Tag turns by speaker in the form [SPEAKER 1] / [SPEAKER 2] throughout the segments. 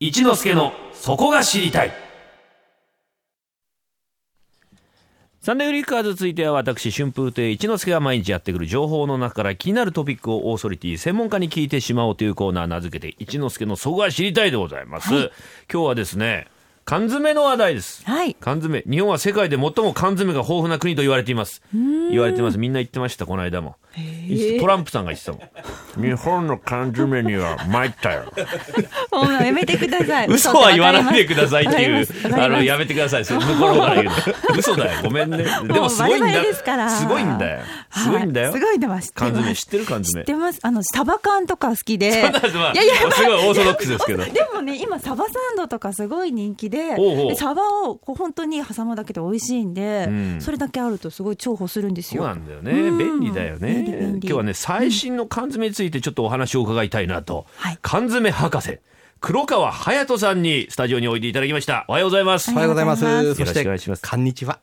[SPEAKER 1] 一之助のそこが知りたいサンデーフリッカーズ続いては私春風亭一之輔が毎日やってくる情報の中から気になるトピックをオーソリティ専門家に聞いてしまおうというコーナー名付けて一之輔のそこが知りたいでございます、今日はですね缶詰の話題です、
[SPEAKER 2] はい
[SPEAKER 1] 缶詰日本は世界で最も缶詰が豊富な国と言われています言われてますみんな言ってましたこの間もトランプさんが言ってたもん
[SPEAKER 3] 日本の缶詰には参ったよ。
[SPEAKER 2] もうやめてくださ い。
[SPEAKER 1] 嘘は言わないでくださいっていう、あの、
[SPEAKER 2] あの、
[SPEAKER 1] やめてください。その向こう から言うの。嘘だよ。ごめんね。でもすごいん
[SPEAKER 2] 我
[SPEAKER 1] だ
[SPEAKER 2] 々ですから
[SPEAKER 1] すごいんだよ。すごいんだよ。
[SPEAKER 2] はいすごいのは知ってま
[SPEAKER 1] 缶
[SPEAKER 2] す
[SPEAKER 1] 詰、知ってる缶
[SPEAKER 2] 知
[SPEAKER 1] 詰
[SPEAKER 2] って。ます。あの、サバ缶とか好きで。
[SPEAKER 1] そんなまあ
[SPEAKER 2] いやいや、
[SPEAKER 1] すごいオーソドックスですけど。
[SPEAKER 2] でもね、今サバサンドとかすごい人気で、
[SPEAKER 1] おうおう
[SPEAKER 2] でサバをこう本当に挟むだけで美味しいんで、
[SPEAKER 1] ん
[SPEAKER 2] それだけあるとすごい重宝するんです
[SPEAKER 1] そうな
[SPEAKER 2] よ。
[SPEAKER 1] んだよね。
[SPEAKER 2] うん
[SPEAKER 1] 便利だよね。
[SPEAKER 2] 便利便
[SPEAKER 1] 今
[SPEAKER 2] 利
[SPEAKER 1] 日はね、最新の缶詰についてちょっとお話を伺いたいなと。
[SPEAKER 2] はい
[SPEAKER 1] 缶詰博士、黒川隼人さんにスタジオにおいでいただきました。おはようございます。
[SPEAKER 2] お
[SPEAKER 4] お
[SPEAKER 2] は
[SPEAKER 4] は
[SPEAKER 2] よう
[SPEAKER 4] よ
[SPEAKER 2] ご
[SPEAKER 4] うご
[SPEAKER 2] ざ
[SPEAKER 4] ざ
[SPEAKER 2] い
[SPEAKER 4] い
[SPEAKER 2] ま
[SPEAKER 4] ますす。
[SPEAKER 1] よろしくお願いします
[SPEAKER 4] こんにちは。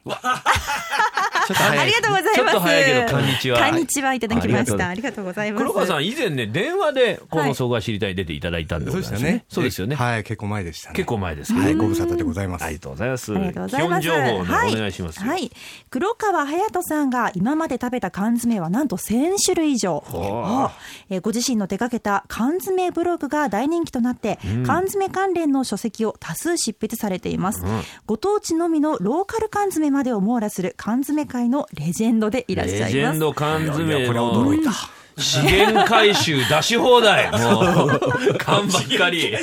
[SPEAKER 4] ちょっと早
[SPEAKER 2] あ
[SPEAKER 4] い
[SPEAKER 2] りがとうございます。
[SPEAKER 1] ちょっと早いけどこんにちは
[SPEAKER 2] こんにちはいただきました。
[SPEAKER 1] あ
[SPEAKER 2] ありがとうございます。
[SPEAKER 1] 黒川さん、以前ね、電話で、こ
[SPEAKER 2] は
[SPEAKER 1] の
[SPEAKER 2] い
[SPEAKER 1] 総合知りたい出ていただいたんでございますね。そうですよね。
[SPEAKER 4] はい、結構前でしたね。
[SPEAKER 1] 結構前ですけど。
[SPEAKER 4] はい、ご無沙汰でございます。
[SPEAKER 1] ありがとうございます。
[SPEAKER 2] ありがとうございます。
[SPEAKER 1] 基本情報をね、
[SPEAKER 2] は
[SPEAKER 1] お願いします。
[SPEAKER 2] はい。黒川隼人さんが今まで食べた缶詰はなんと1000種類以上。
[SPEAKER 1] は
[SPEAKER 2] あえーご自身の手掛けた缶詰ブログが大人気となって、缶詰関連の書籍を多数執筆されています。ご当地のみのローカル缶詰までを網羅する缶詰界のレジェンドでいらっ
[SPEAKER 1] レ
[SPEAKER 2] しゃ
[SPEAKER 1] ジ
[SPEAKER 2] い
[SPEAKER 1] ェ
[SPEAKER 2] ま
[SPEAKER 1] ン
[SPEAKER 2] す。
[SPEAKER 1] ド缶詰
[SPEAKER 4] いやこれは驚い
[SPEAKER 1] の
[SPEAKER 4] た。
[SPEAKER 1] 資源回収出し放 題。もう、缶ばっかり。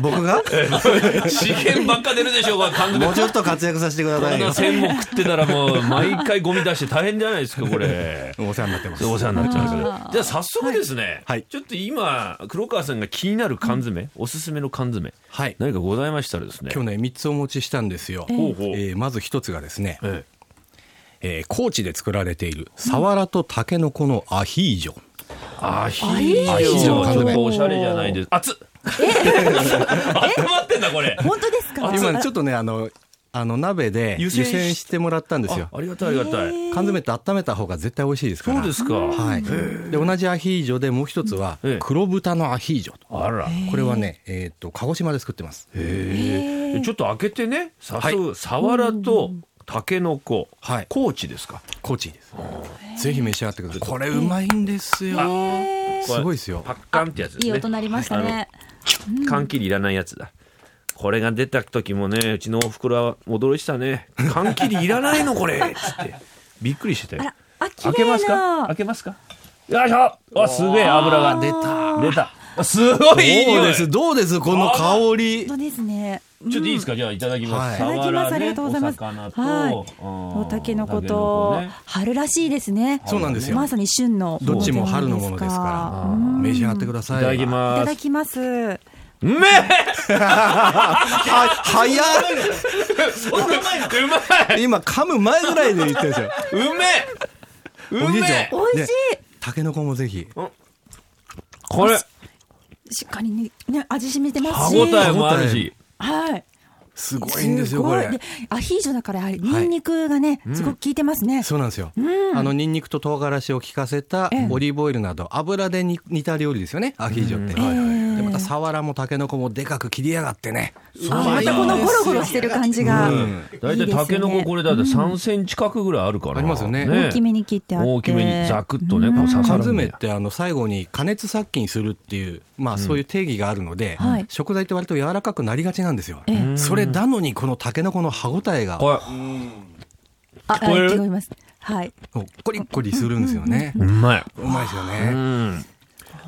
[SPEAKER 4] 僕が
[SPEAKER 1] 資源ばっか出るでしょうが、缶 詰。
[SPEAKER 4] もうちょっと活躍させてくだ
[SPEAKER 1] こ
[SPEAKER 4] さ
[SPEAKER 1] ん
[SPEAKER 4] い
[SPEAKER 1] な
[SPEAKER 4] よ。
[SPEAKER 1] 線も食ってたらもう、毎回ゴミ出して大変じゃないですか、これ。
[SPEAKER 4] お世話になってます。
[SPEAKER 1] お世話になってます。じゃあ早速ですね、
[SPEAKER 4] はい
[SPEAKER 1] ちょっと今、黒川さんが気になる缶詰、おすすめの缶詰、
[SPEAKER 4] はい
[SPEAKER 1] 何かございましたらですね。
[SPEAKER 4] 今日ね、3つお持ちしたんですよ。え
[SPEAKER 1] ほうほう
[SPEAKER 4] ーまず1つがですね、
[SPEAKER 1] ええ
[SPEAKER 4] えー高知で作られている、サワラとタケノコのアヒージョ。
[SPEAKER 1] アヒ
[SPEAKER 4] アヒー
[SPEAKER 1] ー
[SPEAKER 4] ジ
[SPEAKER 1] ジ
[SPEAKER 4] ョの
[SPEAKER 1] ョ、
[SPEAKER 4] 缶
[SPEAKER 1] ちょっ
[SPEAKER 4] 詰
[SPEAKER 1] とおしゃれじゃないですか。熱っ 温まってんだ、これ。
[SPEAKER 2] 本当ですか
[SPEAKER 4] 今ちょっとね、あの、あの鍋で
[SPEAKER 1] 湯
[SPEAKER 4] 湯
[SPEAKER 1] 煎し
[SPEAKER 4] 煎してもらったんですよ
[SPEAKER 1] あ。ありがたいありがたい。
[SPEAKER 4] 缶詰って温めた方が絶対美味しいですから。
[SPEAKER 1] そうですか。
[SPEAKER 4] はい。で、同じアヒージョでもう一つは
[SPEAKER 1] ええ、
[SPEAKER 4] 黒豚のアヒージョと。
[SPEAKER 1] あら。
[SPEAKER 4] これはね、えっと、鹿児島で作ってます。
[SPEAKER 1] ちょっと開けてね。早速、サワラとタケノコ。
[SPEAKER 4] はい
[SPEAKER 1] 高知ですか。
[SPEAKER 4] コーチです。ぜひ召し上がってください。これうまいんですよ。すごいですよ
[SPEAKER 1] パ。ッカンってやつです
[SPEAKER 2] い
[SPEAKER 1] ね。
[SPEAKER 2] い音なりましたね。
[SPEAKER 1] あの。缶切りいらないやつだ。これが出た時もね、うちのおふくろは驚いてたね。缶切りいらないのこれつって。びっくりしてた
[SPEAKER 2] あ
[SPEAKER 1] よ
[SPEAKER 2] ら。、あ、綺
[SPEAKER 1] 開け
[SPEAKER 2] 麗
[SPEAKER 1] ますか
[SPEAKER 2] な
[SPEAKER 1] 開。けますかよいしょあ、すげえ油が。出た。出た。あすごいいい
[SPEAKER 4] どう
[SPEAKER 1] 匂
[SPEAKER 4] で
[SPEAKER 1] い
[SPEAKER 4] す、どうです、この香り。
[SPEAKER 2] 本当ですね。
[SPEAKER 1] ちょっといいですか、じゃあいただきます。
[SPEAKER 4] は
[SPEAKER 2] ただきます。ありがとうございます。
[SPEAKER 1] サワラねお魚と、
[SPEAKER 2] はい。おたけのこ
[SPEAKER 1] タケノコ
[SPEAKER 2] と
[SPEAKER 1] ね、
[SPEAKER 2] 春らしいですね。
[SPEAKER 4] そうなんですよ
[SPEAKER 2] ま。さに旬の。
[SPEAKER 4] どっちも春のものですから。召し上がってください。
[SPEAKER 1] いただき
[SPEAKER 2] い
[SPEAKER 1] ま
[SPEAKER 2] た
[SPEAKER 1] す
[SPEAKER 2] だ。きます。は
[SPEAKER 1] うめ
[SPEAKER 4] は早い。
[SPEAKER 1] えうまい
[SPEAKER 4] 今噛む前ぐらいで言ってるんですよ。
[SPEAKER 1] うめえう
[SPEAKER 4] おじい
[SPEAKER 1] め
[SPEAKER 4] ち
[SPEAKER 1] え
[SPEAKER 4] ゃん。
[SPEAKER 2] 美味しい
[SPEAKER 4] で。タケノコもぜひ。
[SPEAKER 1] これ
[SPEAKER 2] しっかりね、ね味しめてま
[SPEAKER 1] 歯
[SPEAKER 2] す
[SPEAKER 1] 応
[SPEAKER 2] し。
[SPEAKER 1] えもあるし
[SPEAKER 2] はい。
[SPEAKER 4] すごいんですよ、こ
[SPEAKER 2] すごい
[SPEAKER 4] れ
[SPEAKER 2] で。アヒージョだから、やはりニンニクがね、すごく効いてますね。
[SPEAKER 4] そうなんですよ。あのニンニクと唐辛子を効かせた
[SPEAKER 2] ええ
[SPEAKER 4] オリーブオイルなど油でに煮た料理ですよね。アヒージョって。でまたサワラもタケノコもでかく切りやがってね。
[SPEAKER 2] あまたこのゴロゴロしてる感じが。
[SPEAKER 1] 大体タケノコこ
[SPEAKER 2] れ。
[SPEAKER 1] れだって3センチ角ぐらいあるから
[SPEAKER 4] ありますよね
[SPEAKER 2] 大きめに切ってあって。
[SPEAKER 1] 大きめにザクッとねこう刺さるんだ
[SPEAKER 4] 缶
[SPEAKER 1] よ
[SPEAKER 4] 詰ってあの最後に加熱殺菌するっていう、まあ、そういう定義があるので、
[SPEAKER 2] はい
[SPEAKER 4] 食材って割と柔らかくなりがちなんですよ、
[SPEAKER 2] ええ
[SPEAKER 4] それなのにこのタケノコの歯ごたえが
[SPEAKER 1] これ
[SPEAKER 2] あ、あ
[SPEAKER 1] こえる
[SPEAKER 2] 聞こえます。はい。
[SPEAKER 4] こうコリッコリするんですよね、
[SPEAKER 1] うまいう
[SPEAKER 4] まいですよ
[SPEAKER 1] う
[SPEAKER 4] ね、
[SPEAKER 1] ん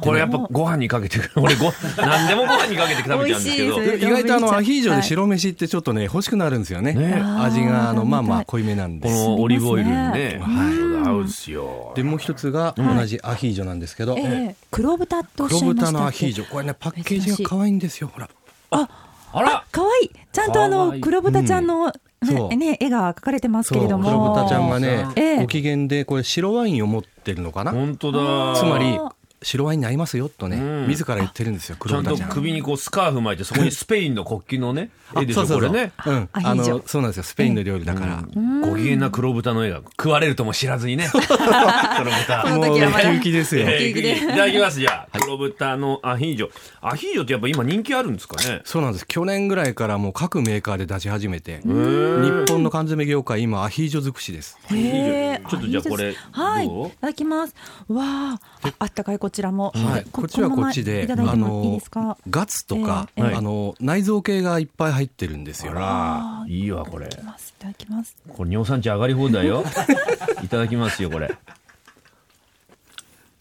[SPEAKER 1] これやっぱご飯にかけて俺ご何でもご飯にかけて食べちゃうんですけど
[SPEAKER 2] 美味しいです
[SPEAKER 4] 意外とあのアヒージョ
[SPEAKER 2] は
[SPEAKER 4] で
[SPEAKER 2] い
[SPEAKER 4] 白飯ってちょっとね欲しくなるんですよね
[SPEAKER 1] ね
[SPEAKER 4] 味があ
[SPEAKER 2] あ
[SPEAKER 4] の
[SPEAKER 2] ー
[SPEAKER 4] まあ
[SPEAKER 2] 見
[SPEAKER 4] ま
[SPEAKER 2] たい
[SPEAKER 4] あ濃いめなんで
[SPEAKER 1] このオリーブオイルにね
[SPEAKER 2] う
[SPEAKER 1] 合うんすよ
[SPEAKER 4] でもう一つが同じアヒージョなんですけど、
[SPEAKER 2] ええ、黒豚とおっ
[SPEAKER 4] 黒
[SPEAKER 2] しゃいましたっけ。
[SPEAKER 4] 豚のアヒージョこれねパッケージが可愛いんですよほら
[SPEAKER 1] あら
[SPEAKER 2] 可愛いちゃんとあ
[SPEAKER 1] 可愛
[SPEAKER 2] の
[SPEAKER 1] い
[SPEAKER 2] 黒豚ちゃんの、
[SPEAKER 4] そ
[SPEAKER 2] ね
[SPEAKER 4] う
[SPEAKER 2] ね絵が描かれてますけ
[SPEAKER 4] そう
[SPEAKER 2] れど
[SPEAKER 4] 黒
[SPEAKER 2] も
[SPEAKER 4] 豚ちゃんがね
[SPEAKER 2] ええ
[SPEAKER 4] ご機嫌でこれ白ワインを持ってるのかな
[SPEAKER 1] 本当だ
[SPEAKER 4] つまり白ワインに合いますよとね、
[SPEAKER 1] うん
[SPEAKER 4] 自ら言ってるんですよ
[SPEAKER 1] ちゃ
[SPEAKER 4] 黒
[SPEAKER 1] ん
[SPEAKER 4] 田
[SPEAKER 1] と
[SPEAKER 4] ちゃん
[SPEAKER 1] 首にこうスカーフ巻いてそこにスペインの国旗のね絵でしょこれね
[SPEAKER 4] うん、
[SPEAKER 2] アヒ
[SPEAKER 4] あ
[SPEAKER 2] ージョ
[SPEAKER 4] のそうなんですよスペインの料理だから、
[SPEAKER 1] ご機嫌な黒豚の絵が食われるとも知らずにね黒豚
[SPEAKER 2] んこの
[SPEAKER 4] もうウ
[SPEAKER 2] 時はまだ
[SPEAKER 4] キウキですよ、
[SPEAKER 1] えーいただきますじゃあ黒豚のアヒージョアヒージョってやっぱ今人気あるんですかね
[SPEAKER 4] そうなんです去年ぐらいからもう各メーカーで出し始めて日本の缶詰業界今アヒージョ尽くしです
[SPEAKER 2] へえ
[SPEAKER 1] ちょっとじゃあこれ
[SPEAKER 2] はいい
[SPEAKER 1] どう
[SPEAKER 2] ただきますわあああったかいこちらも
[SPEAKER 4] はい、こっちはこっちで、
[SPEAKER 2] このままいただいてもいい
[SPEAKER 4] の
[SPEAKER 2] ですか
[SPEAKER 4] ガツとか、
[SPEAKER 2] え
[SPEAKER 1] えはい
[SPEAKER 4] あの内臓系がいっぱい入ってるんですよ。
[SPEAKER 1] あらいいわこれ
[SPEAKER 2] いただきますいただきます
[SPEAKER 1] これ尿酸値上がり放題よいただきますよこれ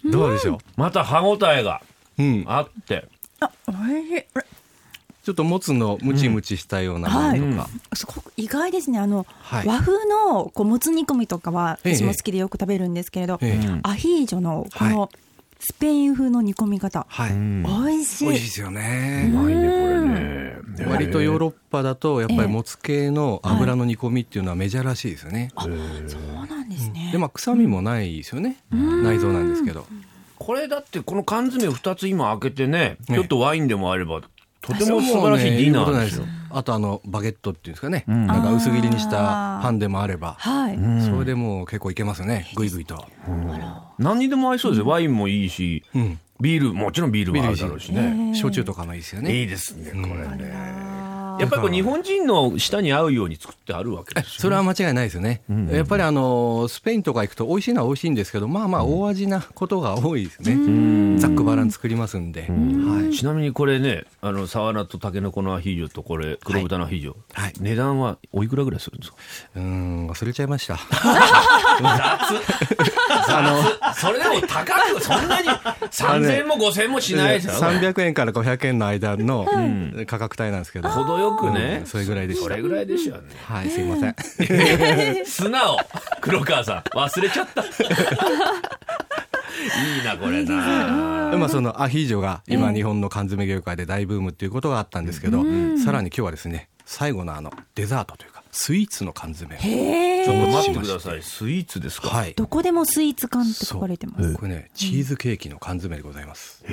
[SPEAKER 4] どうでしょ
[SPEAKER 1] また歯ごたえが
[SPEAKER 4] う。うん、
[SPEAKER 1] あって
[SPEAKER 2] あおいしいあれ
[SPEAKER 4] ちょっともつのムチムチしたようなものとか、
[SPEAKER 1] うんはい
[SPEAKER 2] すごく意外ですねあの、
[SPEAKER 4] はい
[SPEAKER 2] 和風のこうもつ煮込みとかは
[SPEAKER 4] ええ
[SPEAKER 2] 私も好きでよく食べるんですけれど、
[SPEAKER 4] ええ
[SPEAKER 1] うん
[SPEAKER 2] アヒージョのこのスペイン風の煮込み方、
[SPEAKER 4] はい、
[SPEAKER 1] うん
[SPEAKER 2] 美味し
[SPEAKER 4] 美
[SPEAKER 2] い
[SPEAKER 4] 味しいですよね。
[SPEAKER 1] うまいねこれねね
[SPEAKER 4] 割とヨーロッパだとやっぱ
[SPEAKER 2] ええ
[SPEAKER 4] りもつ系の油の煮込みっていうのはメジャーらしいですよね。
[SPEAKER 2] そうなんですね、
[SPEAKER 4] でまあ臭みもないですよね。内臓なんですけど。
[SPEAKER 1] これだってこの缶詰を2つ今開けてね
[SPEAKER 4] ええ
[SPEAKER 1] ちょっとワインでもあればとても素晴らしいディナーですよ
[SPEAKER 4] そうね言うことないですよあとあのバゲットっていうんですかね、
[SPEAKER 1] ん
[SPEAKER 4] なんか薄切りにしたパンでもあれば、
[SPEAKER 2] はい、
[SPEAKER 4] それでもう結構いけますよね。ぐいぐいと。
[SPEAKER 1] 何にでも合いそうですよワインもいいし
[SPEAKER 4] うん。
[SPEAKER 1] ビールもちろんビールも合うだろうしね
[SPEAKER 4] 焼酎とかもいいですよね。
[SPEAKER 1] いいですねこれねやっぱりこう日本人の舌に合うように作ってあるわけですよ
[SPEAKER 4] それは間違いないですよね、やっぱりあのスペインとか行くと美味しいのは美味しいんですけどまあまあ大味なことが多いですね、ざっくばらん作りますんで、はい、
[SPEAKER 1] ちなみにこれねあのサワラとタケノコのアヒージョとこれ黒豚のアヒージョ、
[SPEAKER 4] はい
[SPEAKER 1] 値段はおいくらぐらいするんですか
[SPEAKER 4] うーん忘れちゃいました
[SPEAKER 1] それでも高くそんなに3000円も5000円もしないですよ
[SPEAKER 4] 300円から500円の間の価格帯なんですけど、
[SPEAKER 1] 程よくね
[SPEAKER 4] うんそれぐらいでした
[SPEAKER 1] それぐらいでしたよね
[SPEAKER 4] はいすいません、
[SPEAKER 1] 素直黒川さん忘れちゃった いいなこれな
[SPEAKER 4] まあそのアヒージョが今日本の缶詰業界で大ブームっていうことがあったんですけど、さらに今日はですね最後のあのデザートというかスイーツの缶詰を
[SPEAKER 2] へ
[SPEAKER 1] ちょっと
[SPEAKER 2] え
[SPEAKER 1] 待ってくださいスイーツですか、
[SPEAKER 4] はい
[SPEAKER 2] どこでもスイーツ缶って書かれてます
[SPEAKER 4] これねチーズケーキの缶詰でございます、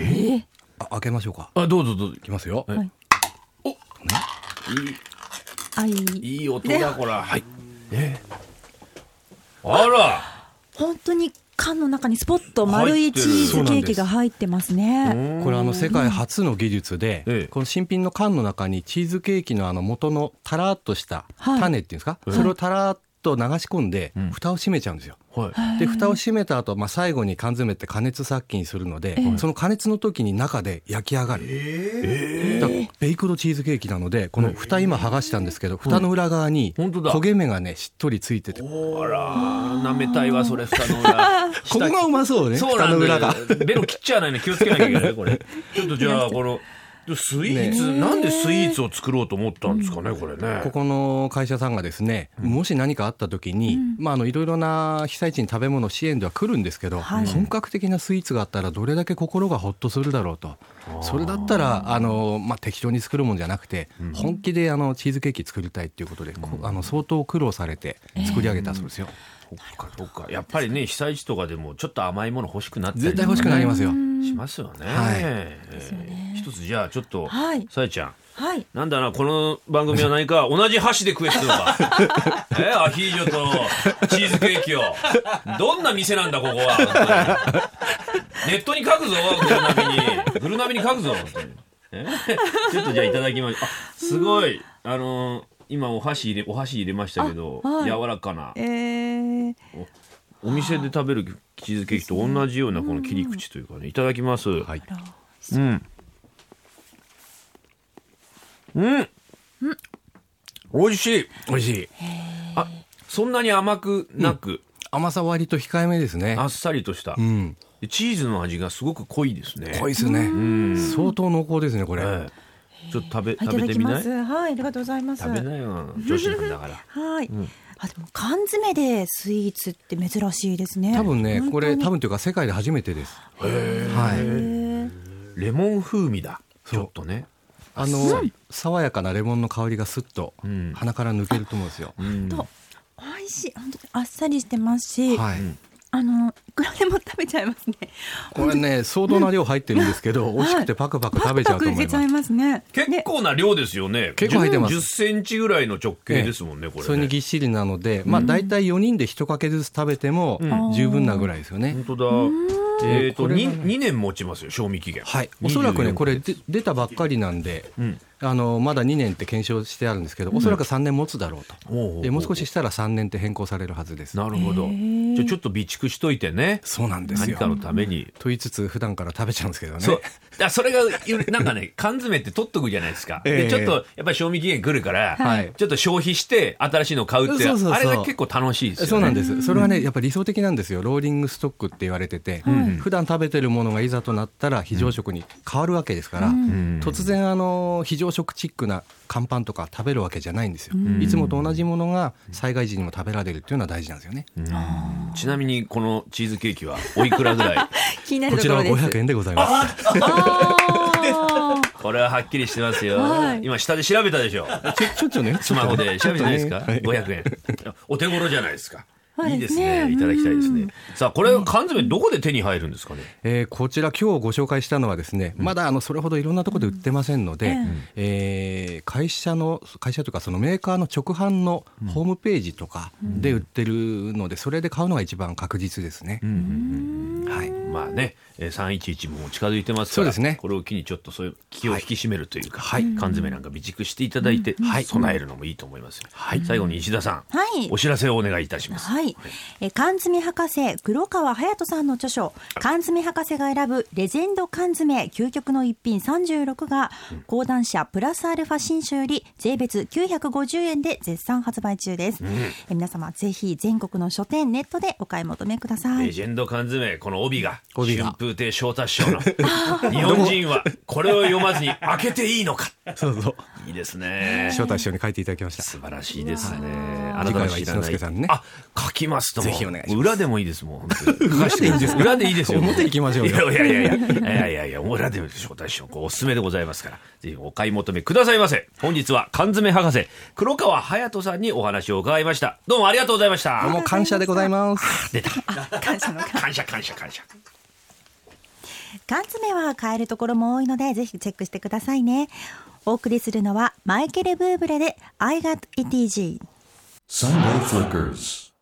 [SPEAKER 4] あ開けましょうか
[SPEAKER 1] あどうぞどうぞ
[SPEAKER 4] いきますよ、
[SPEAKER 2] はいあいい
[SPEAKER 1] いい音だこれはい、えあら
[SPEAKER 2] 本当に缶の中にスポッと丸いチーズケーキが入ってますね
[SPEAKER 4] これあの世界初の技術で、
[SPEAKER 1] ええ
[SPEAKER 4] この新品の缶の中にチーズケーキのあの元のタラーっとした
[SPEAKER 2] はい
[SPEAKER 4] 種っていうんですか、それをタラーっと流し込んで
[SPEAKER 1] ん
[SPEAKER 4] 蓋を閉めちゃうんですよ。
[SPEAKER 1] はい
[SPEAKER 4] で蓋を閉めた後、まあ最後に缶詰って加熱殺菌するので、その加熱の時に中で焼き上がる、だからベイクドチーズケーキなのでこの蓋今剥がしたんですけど蓋の裏側に
[SPEAKER 1] 本当だ
[SPEAKER 4] 焦げ目がねしっとりついててこ
[SPEAKER 1] あら舐めたいわそれ蓋の裏
[SPEAKER 4] こがうまそうね
[SPEAKER 1] そう
[SPEAKER 4] 蓋
[SPEAKER 1] な
[SPEAKER 4] の
[SPEAKER 1] んだ
[SPEAKER 4] 裏
[SPEAKER 1] よ
[SPEAKER 4] が。
[SPEAKER 1] ベロ切っちゃわないね気をつけなきゃいけないねこ れちょっとじゃあこのスイーツ、なんでスイーツを作ろうと思ったんですかねこれね
[SPEAKER 4] ここの会社さんがですね、もし何かあった時に、まああのいろいろな被災地に食べ物支援では来るんですけど、
[SPEAKER 2] はい
[SPEAKER 4] 本格的なスイーツがあったらどれだけ心がほっとするだろうと。それだったらあのまあ適当に作るもんじゃなくて、本気であのチーズケーキ作りたいっていうことで、こあの相当苦労されて作り上げたそうですよ。
[SPEAKER 1] そっかそっかやっぱりね被災地とかでもちょっと甘いもの欲しくなったり
[SPEAKER 4] 絶対欲しくなりますよ。
[SPEAKER 1] しますよね,、
[SPEAKER 4] はい
[SPEAKER 1] ええ一つじゃあちょっと
[SPEAKER 2] はい
[SPEAKER 1] さえちゃん
[SPEAKER 2] はい
[SPEAKER 1] なんだなこの番組は何 か同じ箸で食えってのか えアヒージョとチーズケーキをどんな店なんだここは本当にネットに書くぞグルナビにグルナビに書くぞ本当にえちょっとじゃあいただきましょうあすごいあのー今お箸入れお箸入れましたけど、
[SPEAKER 2] あはい
[SPEAKER 1] 柔らかな
[SPEAKER 2] えー、
[SPEAKER 1] お店で食べるチーズケーキと同じようなこの切り口というかねいただきます、
[SPEAKER 4] はい。
[SPEAKER 1] うん。うん。美味しい。
[SPEAKER 4] 美味しい。
[SPEAKER 1] あ、そんなに甘くなく、
[SPEAKER 4] 甘さ割と控えめですね
[SPEAKER 1] あ。っさりとした、
[SPEAKER 4] うん。
[SPEAKER 1] でチーズの味がすごく濃いですね。
[SPEAKER 4] 濃いですね。相当濃厚ですねこれ。
[SPEAKER 1] ええちょっと食べ
[SPEAKER 2] はい、
[SPEAKER 1] 食
[SPEAKER 2] いた
[SPEAKER 1] べ
[SPEAKER 2] だ
[SPEAKER 1] て
[SPEAKER 2] き
[SPEAKER 1] み
[SPEAKER 2] ま
[SPEAKER 1] ない。
[SPEAKER 2] す。はい、ありがとうございます。
[SPEAKER 1] 食べないよ女子なんだから。
[SPEAKER 2] はい、あ、でも缶詰でスイーツって珍しいですね。
[SPEAKER 4] 多分
[SPEAKER 2] 本
[SPEAKER 4] ね
[SPEAKER 2] 当に
[SPEAKER 4] これ多分というか世界で初めてです。はい。
[SPEAKER 1] レモン風味だ。ち
[SPEAKER 4] そう
[SPEAKER 1] ょっとね。
[SPEAKER 4] あの爽やかなレモンの香りがすっと
[SPEAKER 1] ん
[SPEAKER 4] 鼻から抜けると思うんですよ。
[SPEAKER 1] うん
[SPEAKER 2] と美味しい、本当にあっさりしてますし、
[SPEAKER 4] はい。
[SPEAKER 2] あのいくらでも食べちゃいますね。
[SPEAKER 4] これね相当な量入ってるんですけど、美味しくてパクパク食べちゃうと思
[SPEAKER 2] パ
[SPEAKER 4] い
[SPEAKER 2] クパク
[SPEAKER 4] ます
[SPEAKER 2] いけちゃいますね。
[SPEAKER 1] 結構な量ですよね。
[SPEAKER 4] 結構入ってます
[SPEAKER 1] 10センチぐらいの直径ですもんね、これね。
[SPEAKER 4] それにぎっしりなので、まあ、大体4人で1かけずつ食べても十分なぐらいですよね、
[SPEAKER 1] 本当だ。えっ、と
[SPEAKER 4] これがね
[SPEAKER 1] 2、二年持ちますよ、賞味期限。
[SPEAKER 4] はい、おそらく
[SPEAKER 1] 24
[SPEAKER 4] ね、これ、で出たばっかりなんで、
[SPEAKER 1] ん
[SPEAKER 4] あの、まだ2年って検証してあるんですけど、おそらく3年持つだろうと、
[SPEAKER 1] おうおうおう
[SPEAKER 4] でもう少ししたら3年って変更されるはずです。
[SPEAKER 1] なるほど。じゃあちょっと備蓄しといてね。
[SPEAKER 4] そうなんです
[SPEAKER 1] 何
[SPEAKER 4] よ。
[SPEAKER 1] かのために。
[SPEAKER 4] と言いつつ、普段から食べちゃうんですけどね、
[SPEAKER 1] そう。だそれが、なんかね、缶詰って取っとくじゃないですか。
[SPEAKER 4] え
[SPEAKER 1] で、
[SPEAKER 4] え
[SPEAKER 1] ちょっと、やっぱり賞味期限来るから、
[SPEAKER 4] はい
[SPEAKER 1] ちょっと消費して、新しいの買うって、
[SPEAKER 4] そうそうそう
[SPEAKER 1] あれが結構楽しいですよね。
[SPEAKER 4] そうなんです、それはね、やっぱり理想的なんですよ、ローリングストックって言われてて、普段食べてるものがいざとなったら、非常食に変わるわけですから、突然、あの非常食チックな乾パンとか食べるわけじゃないんですよ、いつもと同じものが災害時にも食べられるっていうのは大事なんですよね。
[SPEAKER 1] ちなみに、このチーズケーキは、おいくらぐらい
[SPEAKER 2] 気にな
[SPEAKER 4] こ
[SPEAKER 2] ると
[SPEAKER 4] ち
[SPEAKER 2] こ
[SPEAKER 4] ら
[SPEAKER 2] ろ
[SPEAKER 4] は
[SPEAKER 2] です。
[SPEAKER 4] 500円でございます。
[SPEAKER 2] あー
[SPEAKER 1] これははっきりしてますよ。
[SPEAKER 2] はい
[SPEAKER 1] 今、下で調べたでしょ。
[SPEAKER 4] ちょ、ちょっとね、
[SPEAKER 1] スマホで調べてないですか、
[SPEAKER 4] はい
[SPEAKER 1] ?500 円。お手頃じゃないですか。
[SPEAKER 2] はい
[SPEAKER 1] いいですね。
[SPEAKER 2] ね
[SPEAKER 1] いただきたいですね。さあ、これ、缶詰どこで手に入るんですかね
[SPEAKER 4] えーこちら今日ご紹介したのはですね、まだあのそれほどいろんなところで売ってませんので、えー会社の会社というかそのメーカーの直販のホームページとかで売ってるので、それで買うのが一番確実ですね。はい。
[SPEAKER 1] まあね、えー311も近づいてますから、
[SPEAKER 4] そうですね
[SPEAKER 1] これを機にちょっとそういう気を引き締めるというか、
[SPEAKER 4] はい
[SPEAKER 1] 缶詰なんか備蓄していただいて、備えるのもいいと思いますよ、最後に石田さん、
[SPEAKER 2] はい
[SPEAKER 1] お知らせをお願いいたします。
[SPEAKER 2] はい、えー缶詰博士黒川隼人さんの著書「缶詰博士が選ぶレジェンド缶詰究極の一品36」が講談社プラスアルファ新書より税別950円で絶賛発売中です、えー皆様ぜひ全国の書店ネットでお買い求めくださ
[SPEAKER 1] レ
[SPEAKER 2] い
[SPEAKER 1] ジェンド缶詰、この帯が、
[SPEAKER 4] 帯が
[SPEAKER 1] 春風亭昇太師 匠の、日本人はこれを読まずに開けていいのか。
[SPEAKER 4] そうそう。
[SPEAKER 1] いいですね。
[SPEAKER 4] 招待師匠に書いていただきました。
[SPEAKER 1] 素晴らしいですね。あ
[SPEAKER 4] 次回は一之輔さんね
[SPEAKER 1] あ、書きますとも。
[SPEAKER 4] ぜひお願いします
[SPEAKER 1] 裏でもいいですもん。本当に
[SPEAKER 4] 裏でいいんですか
[SPEAKER 1] 裏でいいですよ。
[SPEAKER 4] 表行きましょう
[SPEAKER 1] いや
[SPEAKER 4] よ
[SPEAKER 1] いやいやいや、いやいやいや、裏でも招待しよう。こうおすすめでございますから、ぜひお買い求めくださいませ。本日は缶詰博士、黒川隼人さんにお話を伺いました。どうもありがとうございまし
[SPEAKER 4] どう
[SPEAKER 1] た。
[SPEAKER 4] も感謝でございます。
[SPEAKER 1] 出た。
[SPEAKER 2] 感謝の感
[SPEAKER 1] 感謝感謝感謝。
[SPEAKER 2] 缶詰は買えるところも多いのでぜひチェックしてくださいねお送りするのはマイケル・ブーブレで「I got it easy」
[SPEAKER 5] Sunday Flickers.